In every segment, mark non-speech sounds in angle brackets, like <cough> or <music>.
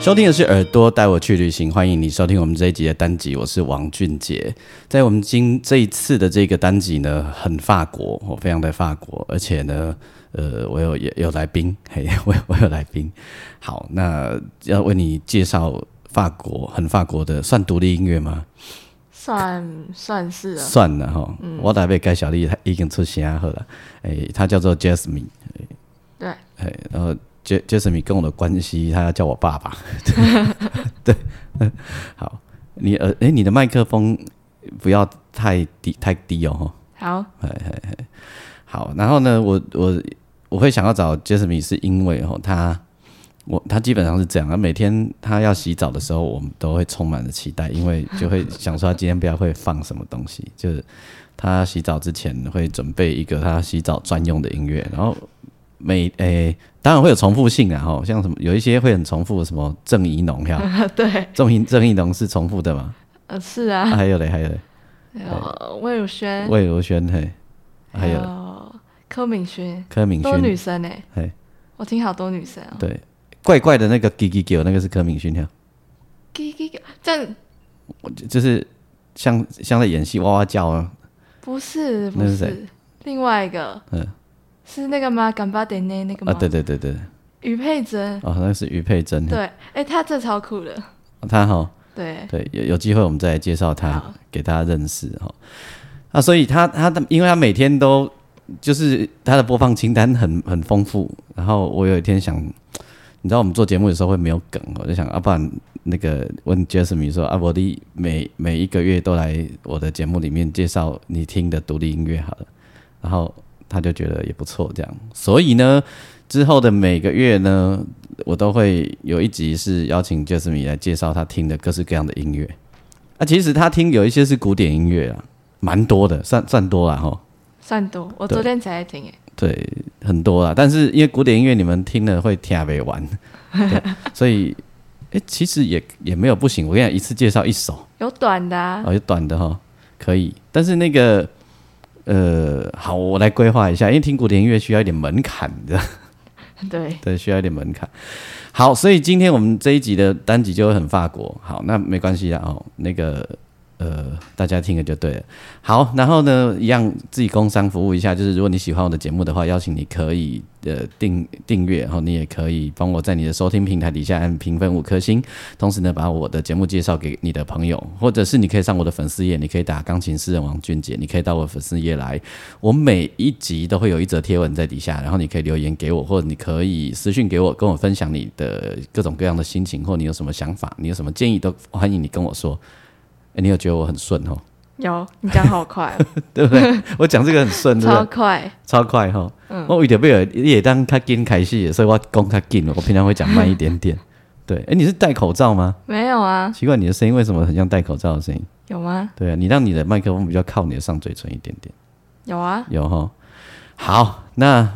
收听的是《耳朵带我去旅行》，欢迎你收听我们这一集的单集，我是王俊杰。在我们今这一次的这个单集呢，很法国，我非常的法国，而且呢，呃，我有也有来宾， <laughs> 嘿，我有我有来宾。好，那要为你介绍法国，很法国的，算独立音乐吗？算算是啊，算了哈，我台北该小丽她已经出声好了，诶、她叫做 Jasmine，对，哎，然后杰杰森米跟我的关系，他要叫我爸 <laughs> 爸。对， <laughs> 好，你呃，哎，你的麦克风不要太低太低哦。吼好，好，然后呢，我我我会想要找杰森米，是因为哦，他我他基本上是这样，他每天他要洗澡的时候，我们都会充满了期待，因为就会想说他今天不要会放什么东西，就是他洗澡之前会准备一个他洗澡专用的音乐，然后每诶、当然会有重复性啊，吼，像什么有一些会很重复，什么郑怡 <laughs> 农呀，对，郑怡郑怡农是重复的嘛，呃，是啊啊，还有嘞，还有嘞，还有呃魏如萱，魏如萱嘿，嗯还有有柯敏勋，柯敏多女勋，生哎，嘿，我听好多女生哦，对，怪怪的那个 g i g i g 那个是柯敏勋呀。叽叽叽，这样我就就是像像在演戏哇哇叫啊，不是那不是谁是，另外一个，嗯，是那个吗？敢巴点内那个啊吗？对对对对，于佩珍，哦那是于佩珍，哦对，哎，她这超酷的，她哈、对，对有有机会我们再来介绍她好，给大家认识哈、啊，所以她她的，因为她每天都就是她的播放清单很很丰富，然后我有一天想，你知道我们做节目的时候会没有梗，我就想啊不然那个问 Jasmine 说啊我的每每一个月都来我的节目里面介绍你听的独立音乐好了，然后他就觉得也不错这样，所以呢。之后的每个月呢，我都会有一集是邀请 Jasmine 来介绍她听的各式各样的音乐。啊，其实她听有一些是古典音乐啊，蛮多的，算算多啦哈。算多，我对昨天才在听哎，对，很多啦。但是因为古典音乐你们听了会听不完，对所以哎、诶其实也也没有不行。我跟你讲，一次介绍一首，有短的啊，哦，有短的哈，可以。但是那个呃，好，我来规划一下，因为听古典音乐需要一点门槛的。啊对，对，需要一点门槛。好，所以今天我们这一集的单集就会很法国。好，那没关系啦哦，那个呃，大家听了就对了。好，然后呢，一样自己工商服务一下，就是如果你喜欢我的节目的话，邀请你可以呃订订阅，然后你也可以帮我在你的收听平台底下按评分五颗星，同时呢，把我的节目介绍给你的朋友，或者是你可以上我的粉丝页，你可以打钢琴诗人王俊杰，你可以到我的粉丝页来我每一集都会有一则贴文在底下，然后你可以留言给我，或者你可以私讯给我，跟我分享你的各种各样的心情，或你有什么想法，你有什么建议都欢迎你跟我说。诶你有觉得我很顺哦，有，你讲好 <laughs> 快哦，对不对？ <laughs> 我讲这个很顺，对不超对？快，超快哈、我为了贝尔也当他跟开戏，所以我讲他紧，我平常会讲慢一点点。对，哎，你是戴口罩吗？没有啊，奇怪，你的声音为什么很像戴口罩的声音？有吗？对啊，你让你的麦克风比较靠你的上嘴唇一点点。有啊，有哈。好，那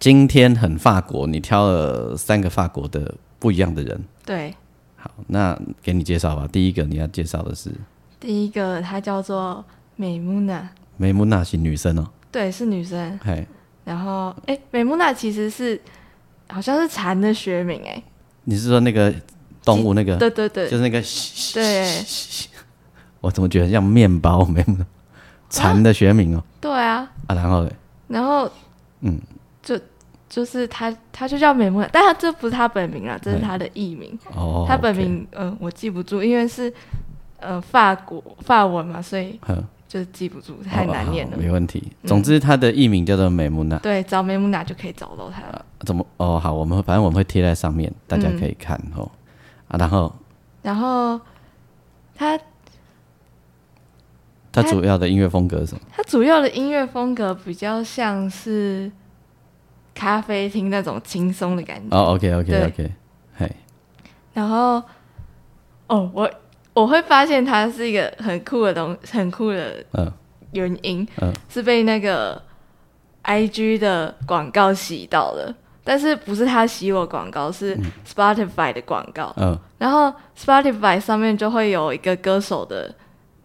今天很法国，你挑了三个法国的不一样的人。对，好，那给你介绍吧。第一个你要介绍的是第一个她叫做美木娜，梅木纳西女生哦，对，是女生。嘿，然后，哎，美木娜其实是好像是蝉的学名，哎，你是说那个动物那个，对对对就是那个，对我怎么觉得像面包梅木纳蝉的学名哦对 <laughs> 啊。啊？然后嘞然后，嗯，就就是她，她就叫美木娜，但她这不是她本名啦，这是嗯她的艺名。哦，她本 OK，名，嗯，我记不住，因为是呃法国法文嘛，所以哼就记不住，太好难哦好念了。嗯没问题。总之，它的艺名叫做梅木纳。对，找美木娜就可以找到她了。怎么？哦，好，我们会反正我们会贴在上面，大嗯家可以看哦。啊，然后然后，她它它主要的音乐风格是什么？它主要的音乐风格比较像是咖啡厅那种轻松的感觉。哦，OK OK 对 OK，嘿，然后，哦，我我会发现它是一个很酷的东，很酷的嗯原因、嗯是被那个 I G 的广告洗到了，但是不是他洗我广告，是 Spotify 的广告。嗯然后 Spotify 上面就会有一个歌手的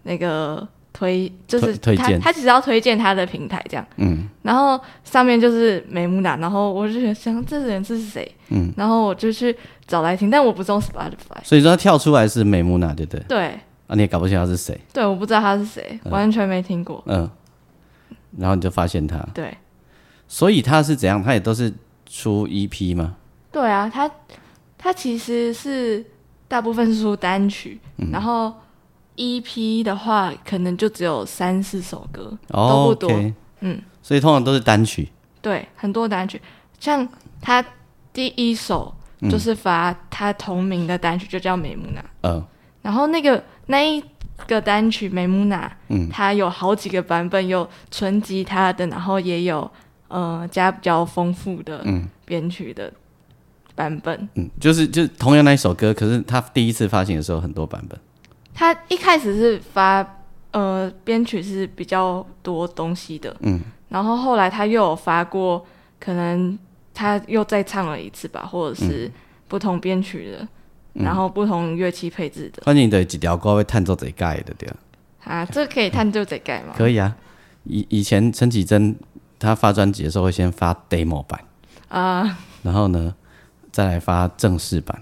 那个推，就是推推他荐他只是要推荐他的平台这样，嗯然后上面就是美木娜，然后我就觉得想这个人是谁，嗯，然后我就去找来听，但我不是用 Spotify，所以说他跳出来是美木娜，对不对？对啊，你也搞不清他是谁，对，我不知道他是谁，完全没听过，嗯，然后你就发现他，对所以他是怎样？他也都是出 EP 吗？对啊，他他其实是大部分是出单曲，嗯然后 EP 的话可能就只有三四首歌，哦都不多 OK 嗯，所以通常都是单曲，对，很多单曲，像他第一首就是发他同名的单曲，就叫《美木娜》。嗯然后那个那一个单曲《美木娜》，嗯它有好几个版本，有纯吉他的，然后也有呃加比较丰富的嗯编曲的版本。嗯，就是就是同样那一首歌，可是他第一次发行的时候很多版本，他一开始是发呃编曲是比较多东西的，嗯，然后后来他又有发过，可能他又再唱了一次吧，或者是嗯不同编曲的，然后不同乐器配置的关键的几条歌会探奏贼盖的对吧。啊，这可以探究这盖吗？可以啊，以以前陈绮贞她发专辑的时候会先发 demo 版，啊、 <laughs> 然后呢再来发正式版。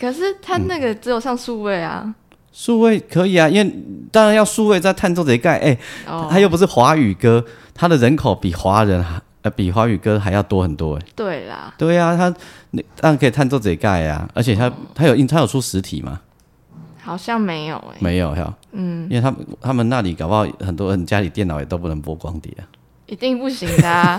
可是他那个只有上数位嗯啊，数位可以啊，因为当然要数位在探奏贼盖，哎、哦，他又不是华语歌，他的人口比华人还呃比华语歌还要多很多哎、对啦，对啊，他你当然可以探奏贼盖啊，而且哦他他有印他有出实体吗？好像没有哎、没有哈，嗯，因为他们他们那里搞不好很多人家里电脑也都不能播光碟啊，一定不行 <laughs> 的、啊。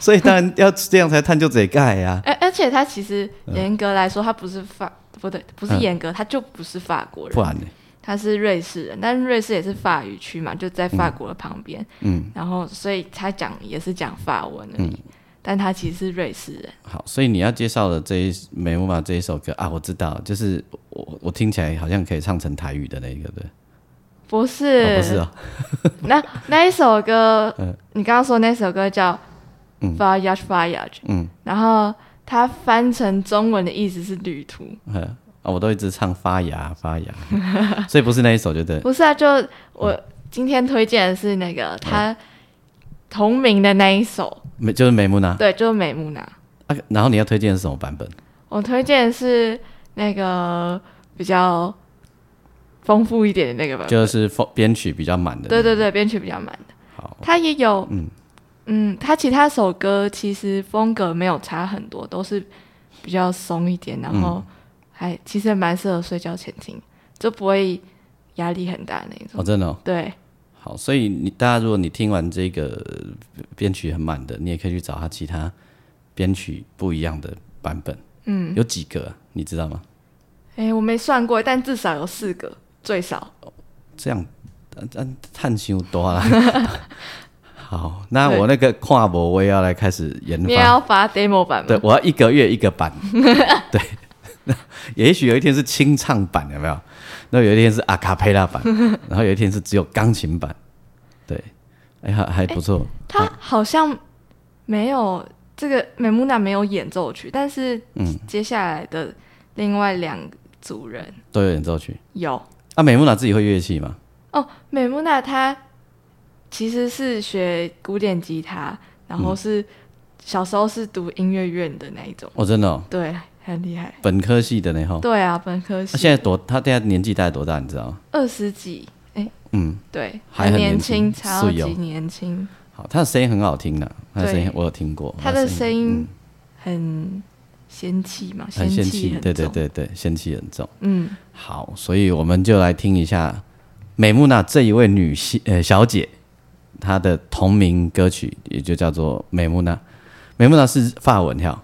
所以当然要这啊样才探究贼盖呀。而而且他其实嗯严格来说，他不是法，不对，不是严格，他就不是法国人不。然呢？他是瑞士人，但是瑞士也是法语区嘛，就在法国的旁边。嗯，然后所以他讲也是讲法文而已，嗯但他其实是瑞士人。好，所以你要介绍的这一美木马这一首歌啊，我知道，就是我我听起来好像可以唱成台语的那一个，对，不是，哦、不是呃哦，那那一 <laughs> 首歌，你刚刚说那首歌叫《Voyage Voyage》，嗯，然后它翻成中文的意思是旅途，嗯 <laughs> 啊，我都一直唱发芽发芽，所以不是那一首，就对，不是啊？就嗯我今天推荐的是那个他同名的那一首，美就是美木娜对，就是美木娜。啊。然后你要推荐的是什么版本？我推荐的是那个比较丰富一点的那个版本，就是风编曲比较满的，对，对对，编曲比较满的。好，它也有，嗯它其他首歌其实风格没有差很多，都是比较松一点，嗯然后还、其实蛮适合睡觉前听，就不会压力很大那种。哦，真的哦，对好，所以你大家如果你听完这个呃编曲很满的，你也可以去找他其他编曲不一样的版本，嗯，有几个啊、你知道吗？哎、我没算过，但至少有四个，最少。这样，嗯嗯，探修多啦。好，那我那个跨博我也要来开始研你也发，要发 demo 版吗对？我要一个月一个版，对。 <laughs> 那也许有一天是清唱版，有没有？那有一天是阿卡贝拉版，然后有一天是只有钢琴版，对，哎、还还不错，他好像没有这个美木娜没有演奏曲，但是嗯接下来的另外两组人都有演奏曲。有啊，美木娜自己会乐器吗？哦。美木娜她其实是学古典吉他，然嗯后是、小时候是读音乐院的那一种，哦，真的、哦，对，很厉害。本科系的呢哈。对啊，本科他、系现在多，他现在年纪大概多大？你知道吗？二十几，哎，嗯，对，还很年年轻超级是哦年轻。好，他的声音很好听的、啊他的声音对我有听过。他的声音很仙气嘛，嗯很仙气气，很对对重，对对，仙气很重。嗯，好，所以我们就来听一下美木娜这一位女性呃小姐，她的同名歌曲也就叫做美木娜。美木娜是法文跳，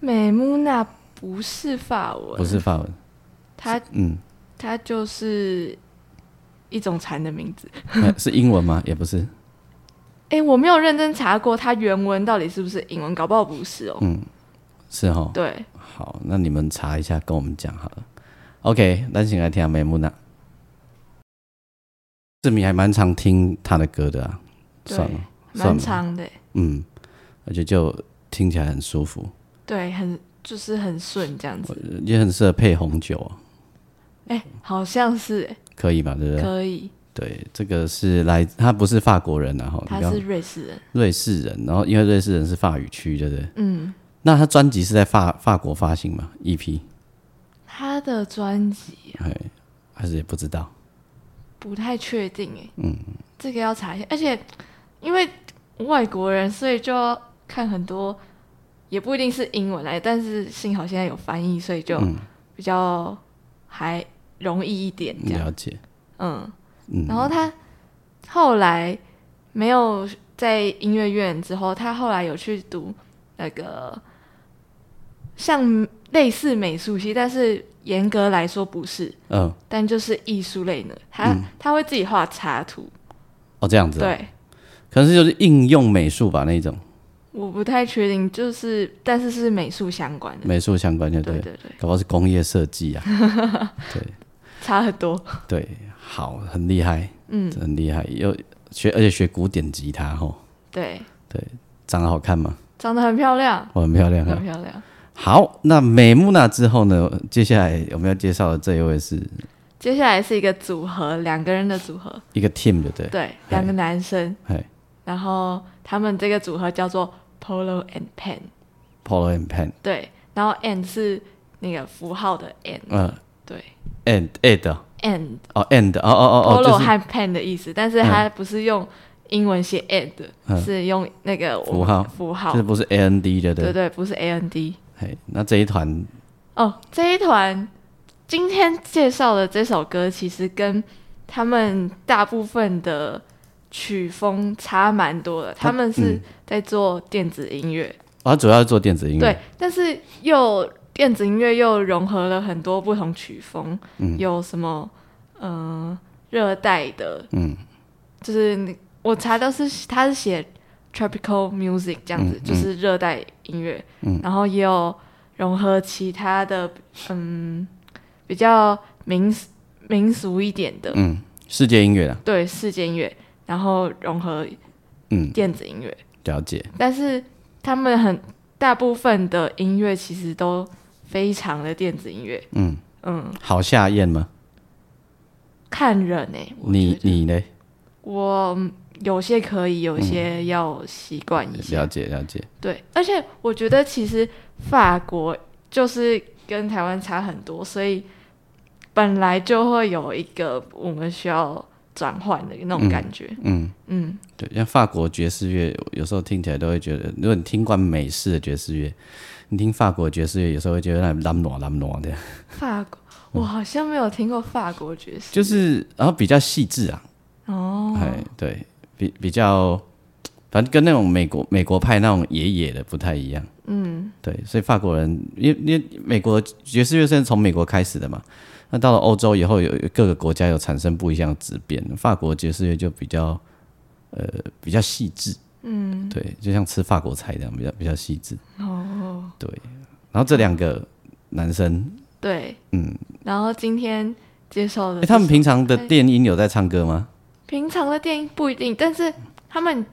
美木娜不是法文，不是法文，它嗯， <laughs> 它就是一种蝉的名字。呃是英文吗？也不是，哎、我没有认真查过它原文到底是不是英文，搞不好不是哦。嗯是哈。对，好，那你们查一下，跟我们讲好了。OK，咱先来听梅木娜。志明还蛮常听他的歌的啊，对算了，算蛮了长的，嗯，而且就听起来很舒服，对，很就是很顺这样子。呃也很适合配红酒、啊，哎、好像是哎、可以吧？对啊不对？可以，对，这个是来，他不是法国人、啊，然后他是瑞士人，瑞士人，然后因为瑞士人是法语区，对不对？嗯，那他专辑是在法法国发行？E 嘛？EP 他的专辑还是也不知道？不太确定哎、嗯，这个要查一下，而且因为外国人，所以就要看很多，也不一定是英文来，但是幸好现在有翻译，所以就比较还容易一点这样。了解，嗯，嗯，然后他后来没有在音乐院之后，他后来有去读那个像类似美术系，但是严格来说不是，嗯，但就是艺术类呢。他、他会自己画插图，哦，这样子、，对，可能是就是应用美术吧那一种，我不太确定，就是但是是美术相关的，美术相关就对嗯对了，对对，搞不好是工业设计 <laughs> 啊，对。差很 <laughs> 多，对，好，很厉害，嗯，很厉害，又学而且学古典吉他吼，对，长得好看吗？长得很漂亮，我很漂亮很啊。漂亮。好，那美木娜之后呢？接下来我们要介绍的这一位是接下来是一个组合，两个人的组合，一个 team 的，对，对，两个男生，哎然后他们这个组合叫做 Polo and Pen， ，Polo and Pen，对，然后 and 是那个符号的 and，嗯对，and and 哦，and 哦 and 哦哦哦哦， Polo 就是嗯和 Pen 的意思，但是它不是用英文写 and，、是用那个我们符号符号就是，不是 a n d 的，对对，对，不是 a n d。哎，那这一团哦，这一团今天介绍的这首歌，其实跟他们大部分的曲风差蛮多的，他们是在做电子音乐。哦它主要是做电子音对乐，，但是又电子音乐又融合了很多不同曲风，有什么嗯热带的，嗯，就是那我查到是他是写 tropical music 这嗯样子，就是热带音乐，然后也有融合其他的嗯比较民俗民俗一点的，嗯，世界音乐啊，对世界音乐，然后融合嗯电子音乐，了解，但是他们很大部分的音乐其实都非常的电子音乐，嗯，嗯，好下咽吗？看人哎、我你觉得你呢？我嗯有些可以，有些要习惯一嗯下，了解了解，对，而且我觉得其实法国就是跟台湾差很多，所以本来就会有一个我们需要转换的那种感觉，嗯。嗯，对，像法国爵士乐，有时候听起来都会觉得，如果你听惯美式的爵士乐，你听法国爵士乐，有时候会觉得那啷挪啷挪的，法国我好像没有听过法国爵士，就是然后比较细致啊，哦，哎、对，比比较，反正跟那种美国美国派那种野野的不太一样，嗯，对，所以法国人，因为因为美国爵士乐是从美国开始的嘛，那到了欧洲以后有，有各个国家有产生不一样的质变，法国爵士乐就比较，呃，比较细致，嗯，对，就像吃法国菜一样，比较比较细致。哦。对，然后这两个男生，对，嗯，然后今天接受的哎、这他们首平常的对电音有在唱歌吗？平常的电影不一定，但是他们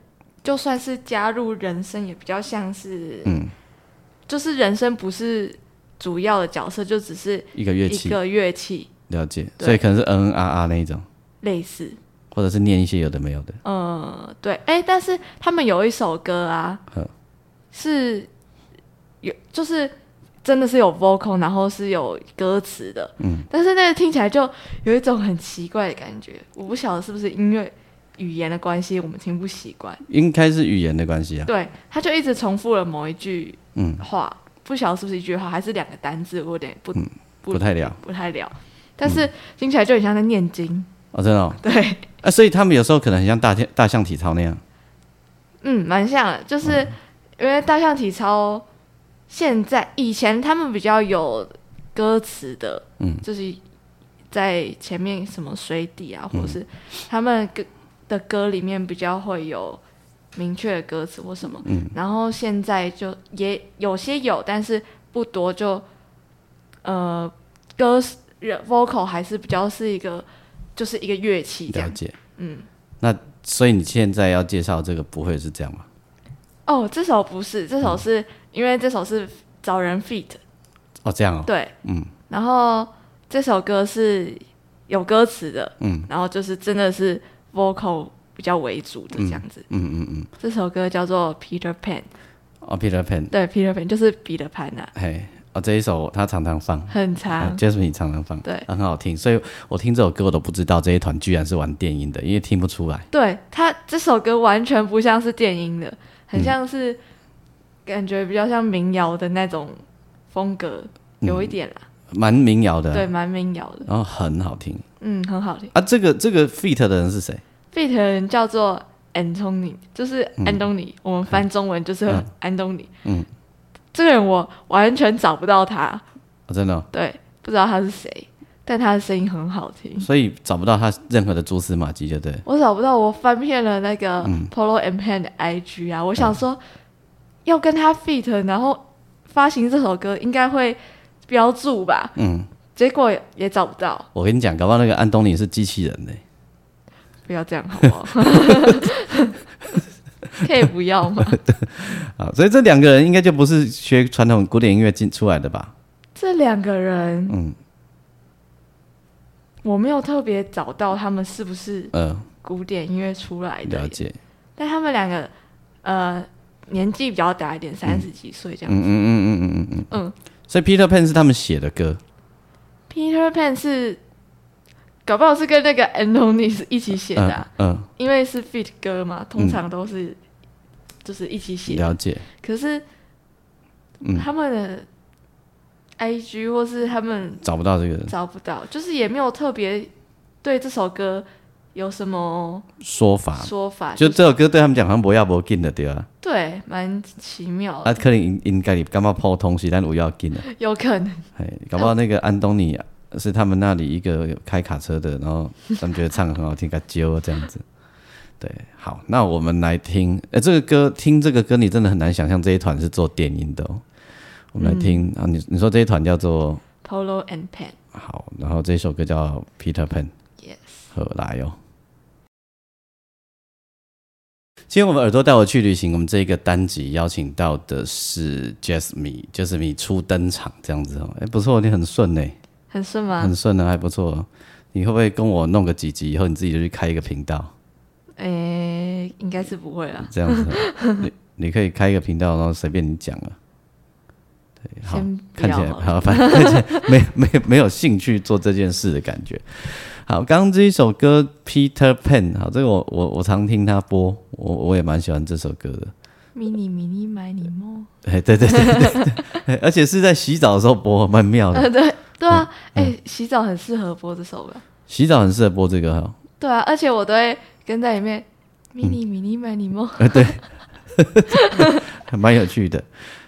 就算是加入人生，也比较像是，嗯，就是人生不是主要的角色，就只是一个乐一器，个乐器了解，对所以可能是嗯嗯啊啊那一种，类似，或者是念一些有的没有的，呃，对，哎，但是他们有一首歌啊嗯，是有就是。真的是有 vocal，然后是有歌词的，嗯，但是那个听起来就有一种很奇怪的感觉，我不晓得是不是音乐语言的关系，我们听不习惯。应该是语言的关系啊。对，他就一直重复了某一句话，不晓得是不是一句话，还是两个单字，我有点不、不太了不太了。但是听起来就很像在念经，哦，真的、哦、对，啊，所以他们有时候可能很像大天大象体操那样，嗯，蛮像的，就是因为大象体操现在以前他们比较有歌词的，嗯，就是在前嗯面什么水底啊，或者是他们歌的歌里面比较会有明确的歌词或什么。嗯、然后现在就也有些有，但是不多就，呃，歌人 vocal 还是比较是一个就是一个乐器这了样。解。嗯，那所以你现在要介绍这个不会是这样吗？哦，这首不是，这嗯首是、因为这首是找人 feat 哦，这样哦，对，嗯，然后这首歌是有歌词的，嗯，然后就是真的是 vocal 比较为主的这样子。嗯嗯嗯，这首歌叫做 Peter Pan，哦，Peter Pan，对，Peter Pan 就是彼得潘啊，嘿，哦这一首他常常放。很长， j a s m i n 常常放，啊对啊很好听，所以我听这首歌我都不知道这一团居然是玩电音的，因为听不出来。对它这首歌完全不像是电音的，很像是、感觉比较像民谣的那种风格，有一点啦，蛮民谣的嗯啊、对，蛮民谣的，然后很好听嗯，很好听。啊。这个这个 feat 的人是谁？ Beat 的人叫做 Anthony，就是安东尼，我们翻中文就是嗯安东尼。嗯，这个人我完全找不到他，哦、真的哦、对，不知道他是谁，但他的声音很好听。所以找不到他任何的蛛丝马迹，就对了。我找不到，我翻遍了那个嗯 Polo and Pan 的 IG 啊，我想说要跟他 fit，然后发行这首歌应该会标注吧，嗯，结果也也找不到，我跟你讲，搞不好那个安东尼是机器人呢、不要这样好不好？ <laughs> 可以不要吗？啊，所以这两个人应该就不是学传统古典音乐进出来的吧？这两个人，嗯我没有特别找到他们是不是呃，古典音乐出来的了耶，解。但他们两个呃年纪比较大一点，三十几岁这嗯样。嗯嗯嗯嗯嗯嗯。嗯所以 Peter Pan 是他们写的歌 Peter Pan 是搞不好是跟那个 Anthony 是一起写的啊、嗯、因为是 feat 歌嘛，通常都是、就是一起嗯，写的。了解。可是、嗯他们的 IG 或是他们找不到这个人找不到，就是也没有特别对这首歌有什么说法，说法，就就是啊这首歌对他们讲好像不要不紧的对啊。对，蛮奇妙的，啊，可能应应该你干嘛破东西，但我要紧的。有可能哎，搞不好那个安东尼是他们那里一个开卡车的，然后他们觉得唱得很好听，给他揪这样子。对，好，那我们来听，哎、这个歌听这个歌，你真的很难想象这一团是做电音的哦。我们来听、啊，你你说这一团叫做 Polo and Pan。好，然后这首歌叫 Peter Pan。 Yes，好，来哦。今天我们耳朵带我去旅行，我们这一个单集邀请到的是 Jasmine，就是你初登场这样子哦，哎、不错，你很顺哎、很顺吗？很顺的，还不错。你会不会跟我弄个几集以后，你自己就去开一个频道，诶、应该是不会啦。这样子？你你可以开一个频道，然后随便你讲了。对，好，先不看要起来好了。好，反正看起来没没没有兴趣做这件事的感觉。好，刚刚这一首歌《Peter Pan》，好，这个我我我常听他播，我我也蛮喜欢这首歌的。 mini mini my n m 哎，对对对对对，而且是在洗澡的时候播，蛮妙的。呃，对对啊，嗯诶、洗澡很适合播这首歌。洗澡很适合播这个哈。对啊，而且我都会跟在里面。mini mini my n m 呃，嗯对， <laughs> 蛮有趣的。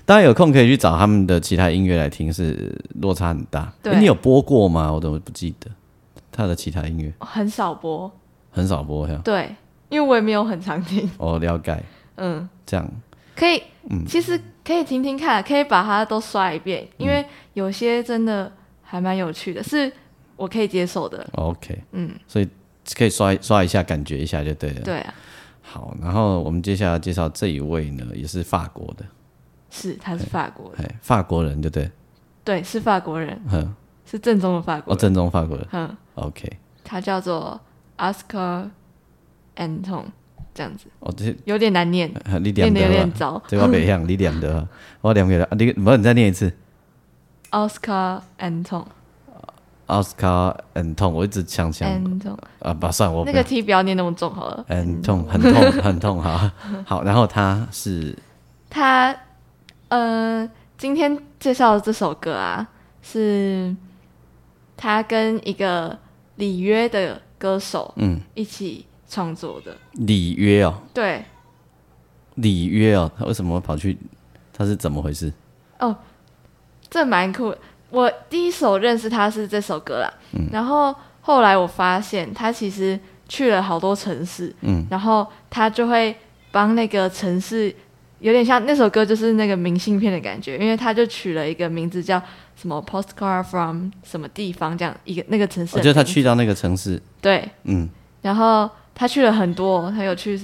大家有空可以去找他们的其他音乐来听，是落差很大。对诶你有播过吗？我怎么不记得他的其他音乐很少播，很少播呀。对，因为我也没有很常听。哦，了解，嗯，这样可以，嗯其实可以听听看，可以把它都刷一遍，因为有些真的还蛮有趣的，是我可以接受的。哦 OK，嗯，所以可以刷刷一下，感觉一下就对了。对啊，好，然后我们接下来介绍这一位呢，也是法国的，是他是法国人，哎，法国人就对，对，是法国人，哼，是正宗的法国哦，人。正宗法国人嗯， ，OK，他叫做 Oscar Anton，这样子哦，这有点难念，呃你念两的有的点吧，糟。这我北向，你两的 <laughs> 吧，我两个，啊你没有你再念一次。 Oscar Anton 奥斯卡很痛，我一直想想 Anton，啊，不算我那不个嗯要 T 不要念那么重好了。很痛，很痛， <laughs> 很痛， <laughs> 好好。然后他是他，呃，今天介绍的这首歌啊，是他跟一个里约的歌手嗯一起创作的。里约哦，对，里约哦，他为什么跑去？他是怎么回事？哦这蛮酷的。我第一首认识他是这首歌啦，嗯然后后嗯来我发现他其实去了好多城市，然后他就会帮那个城市，有点像那首歌就是那个明信片的感觉，因为他就取了一个名字叫什么 “Postcard from 什么地方”这样一个那个城市我哦的名字。觉得他去到那个城市，对，嗯，然后他去了很多，他有去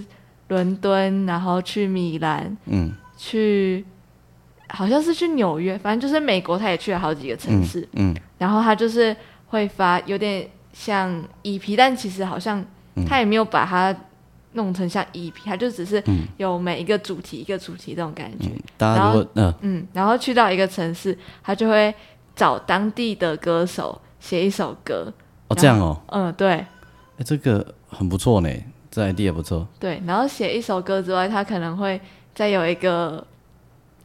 伦敦，然后去米兰，嗯，去好像是去纽约，反正就是美国，他也去了好几个城市。嗯，然后他就是会发有点像 EP，但其实好像嗯他也没有把它弄成像 EP，他就只是嗯有每一个主题一个主题这种感觉。大家如果嗯、嗯，然后去到一个城市，他就会找当地的歌手写一首歌。哦这样哦，嗯，对哎这个很不错呢，这 ID 也不错，对，然后写一首歌之外，他可能会再有一个。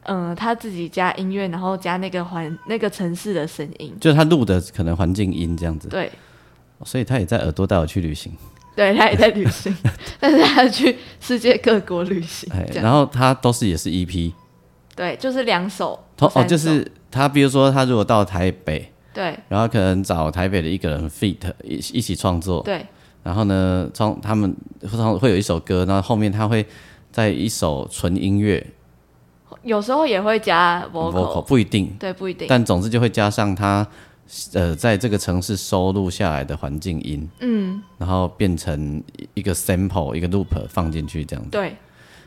嗯，他自己加音乐，然后加那个环那个城市的声音，就他录的可能环境音这样子，对，所以他也在耳朵带我去旅行，对他也在旅 <laughs> 行，但是他去世界各国旅行哎，，这样然后他都是也是 EP，对，就是两首同哦三首就是他比如说他如果到台北，对然后可能找台北的一个人 feat 一一起创作，对然后呢，从他们通常会有一首歌，然后后面他会在一首纯音乐有时候也会加 vocal，不一定，对，不一定，嗯但总之就会加上他呃在这个城市收录下来的环境音，嗯，然后变成一个 sample 一个 loop 放进去这样子。对，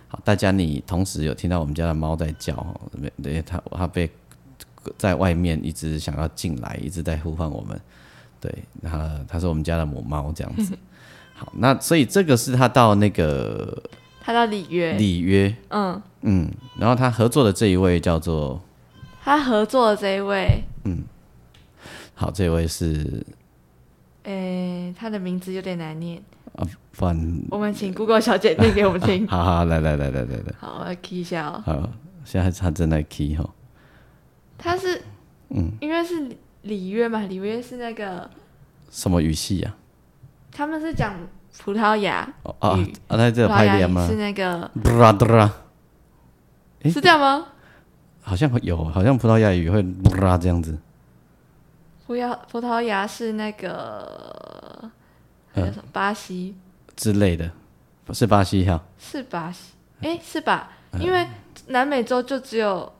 好，大家你同时有听到我们家的猫在叫哦，没对，它它被在外面一直想要进来，一直在呼唤我们。对，那它是我们家的母猫这样 <laughs> 子。好，那所以这个是他到那个他到里约，里约，嗯，嗯，然后他合作的这一位叫做，他合作的这一位，好，这位是诶，他的名字有点难念，不然，我们请 Google 小姐念给我 <laughs> 们听。好好来来来来来来，好，我要 key 一下哦，好，现在他正在 key 哈，他是，嗯，因为是里约嘛，里约是那个什么语系呀、他们是讲葡萄牙，哦啊语啊，他葡这有萄拍牙脸语吗是那个 b r a d r a 诶是这样吗？好像会有，好像葡萄牙语会 b r a 这样子。葡萄葡萄牙是那个还有嗯什么？巴西之类的，是巴西哈。是巴西，嗯诶，是吧？因为南美洲就只有，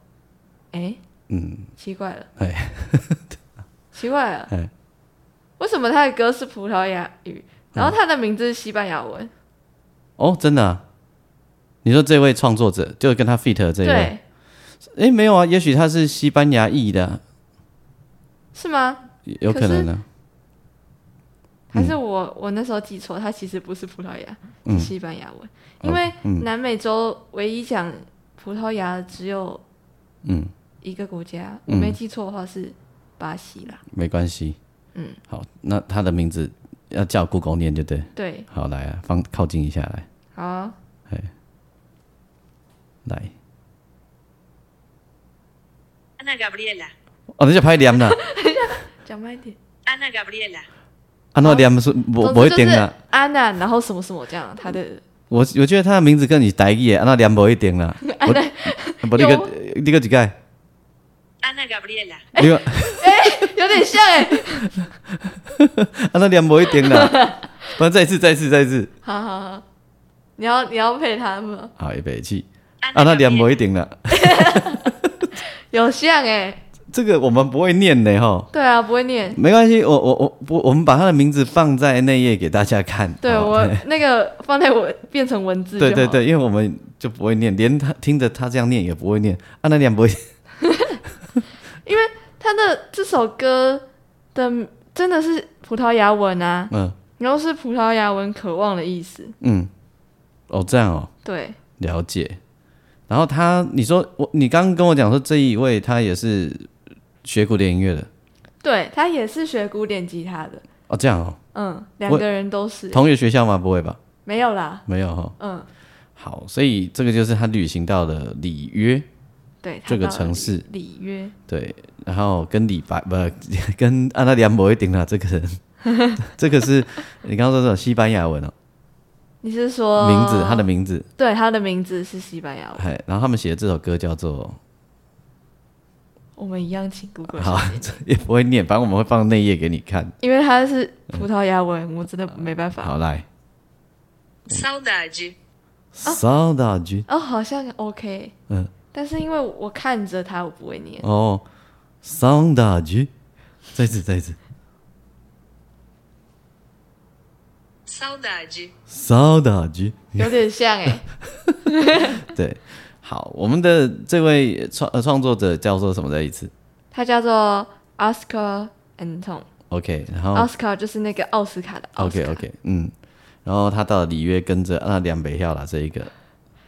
诶，嗯，奇怪了，哎， <laughs> 奇怪了哎，为什么他的歌是葡萄牙语，然嗯后他的名字是西班牙文？哦，真的、啊？你说这位创作者就跟他 fit 的这一位？对，哎，没有啊，也许他是西班牙裔的啊，是吗？有可能啊呢、嗯还是我我那时候记错？他其实不是葡萄牙，是西班牙文，嗯哦因为南美洲唯一讲葡萄牙的只有嗯，一个国家，我没记错的话是巴西啦。没关系。嗯，好，那他的名字要叫 Google 念就对。对，好，来啊，放靠近一下来，好啊，来。 Ana Gabriela, 哦，那就拍脸 <laughs> 了，讲慢一点。 Ana Gabriela, 啊，那脸是不不会总之点就是啦。安娜，然后什么什么这样，他的 <laughs> 我我觉得他的名字跟你台语的，啊，那脸不会点 <laughs> 啦。我，不，你哎有个你个几 <laughs> 个？ Ana Gabriela, 你个啊，有点像哎、那脸不会点啦。不然再一次，再一次，再一次。好好好，你要你要配他们，好，预备起。啊，那 Ana 两 Gabriela, 模一定了。有像哎、这个我们不会念的哈，对啊，不会念。没关系，我我我不，我们把他的名字放在内页给大家看。对哦我那个放在我变成文字就对好对对，因为我们就不会念，连他听着他这样念也不会念。啊，那两不会，他的这首歌的真的是葡萄牙文啊，嗯然后是葡萄牙文“渴望”的意思。嗯，哦这样哦，对，了解。然后他，你说我，你刚刚跟我讲说这一位他也是学古典音乐的对他也是学古典吉他的，哦，这样哦，嗯，两我个人都是同一个学校吗？不会吧？没有啦，没有哈、哦。嗯，好，所以这个就是他旅行到了里约。对，他这个到了城里市里约，对，然后跟李白不跟安娜良博一顶啦，这个人， <laughs> 这个是你刚刚说的西班牙文哦，你是说名字他的名字，对他的名字是西班牙文，哎，然后他们写的这首歌叫做我们一样请 Google 好小姐，这 <laughs> 也不会念，反正我们会放内页给你看。因为他嗯是葡萄牙文，我真的没办法。好来， Saudade, saudade 哦，好像 OK，嗯，但是因为我看着他，我不会 <laughs> 念。哦，saudade，再一次再一次 Saudade. saudade，有点像哎、对，好，我们的这位创呃创作者叫做什么？再一次他叫做 Oscar Anton，Oscar、 ，OK，然后 Oscar 就是那个奥斯卡的奥斯哦 OK 卡。 OK，嗯，然后他到了里约跟着啊两北票啦这一个，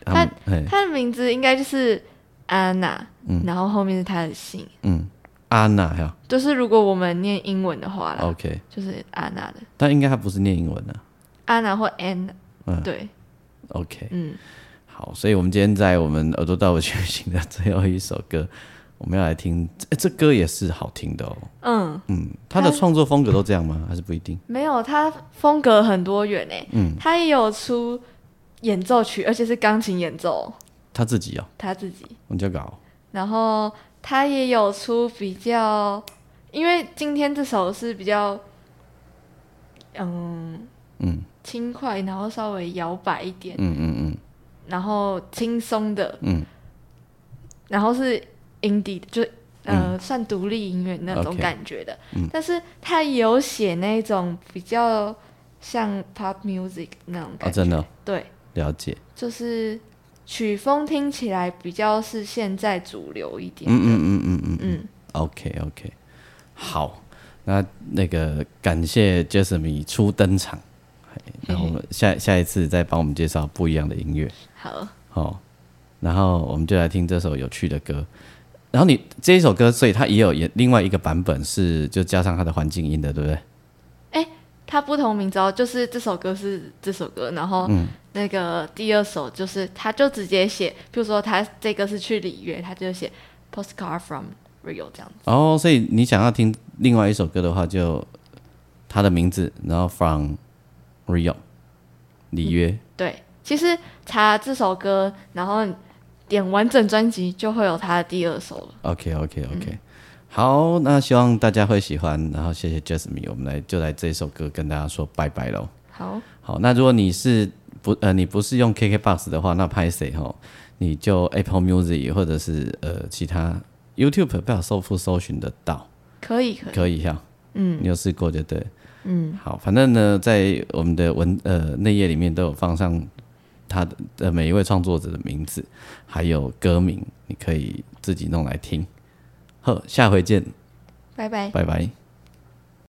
他们哎他的名字应该就是安娜，然后后面是他的姓，嗯，安娜呀就是如果我们念英文的话啦， ，OK，就是安娜的但应该他不是念英文的安娜或 Anna，、嗯对， ，OK，嗯，好，所以我们今天在我们耳朵到我学习的最后一首歌，我们要来听，哎，这歌也是好听的哦，嗯，嗯，他的它创作风格都这样吗？还是不一定？没有，他风格很多元诶、嗯他也有出演奏曲，而且是钢琴演奏，他自己哦，他自己，我就搞然后他也有出比较，因为今天这首是比较，嗯嗯轻快，然后稍微摇摆一点，嗯嗯嗯然后轻松的，嗯然后是 indie，的就是呃、算独立音乐那种嗯 OK 嗯感觉的。但是他也有写那种比较像 pop music 那种啊，感觉，真的哦对，了解，就是曲风听起来比较是现在主流一点嗯的，嗯嗯嗯嗯嗯嗯，OK OK，好，那那个感谢 Jasmine 初登场，嘿然后我们下下一次再帮我们介绍不一样的音乐。好，好、哦然后我们就来听这首有趣的歌。然后你这一首歌，所以它也有也另外一个版本是就加上它的环境音的，对不对？它不同名字哦，就是这首歌是这首歌，然后那个第二首就是他就直接写，比如说他这个是去里约，他就写 postcard from Rio 这样子，哦，所以你想要听另外一首歌的话，就它的名字，然后 From Rio 里约，对，其实查这首歌，然后点完整专辑就会有他的第二首了。 OK OK OK，、好，那希望大家会喜欢，然后谢谢 Jasmine，我们来就来这首歌跟大家说拜拜喽。好，好，那如果你是不呃你不是用 KKBox 的话，那拍谁哈？你就 Apple Music 或者是呃其他 YouTube 不要搜复搜寻得到，可以可以，可以哈。嗯，你有试过就对。嗯，好，反正呢，在我们的文呃内页里面都有放上他的、呃、每一位创作者的名字，还有歌名，你可以自己弄来听。好，下回见，拜拜。拜拜。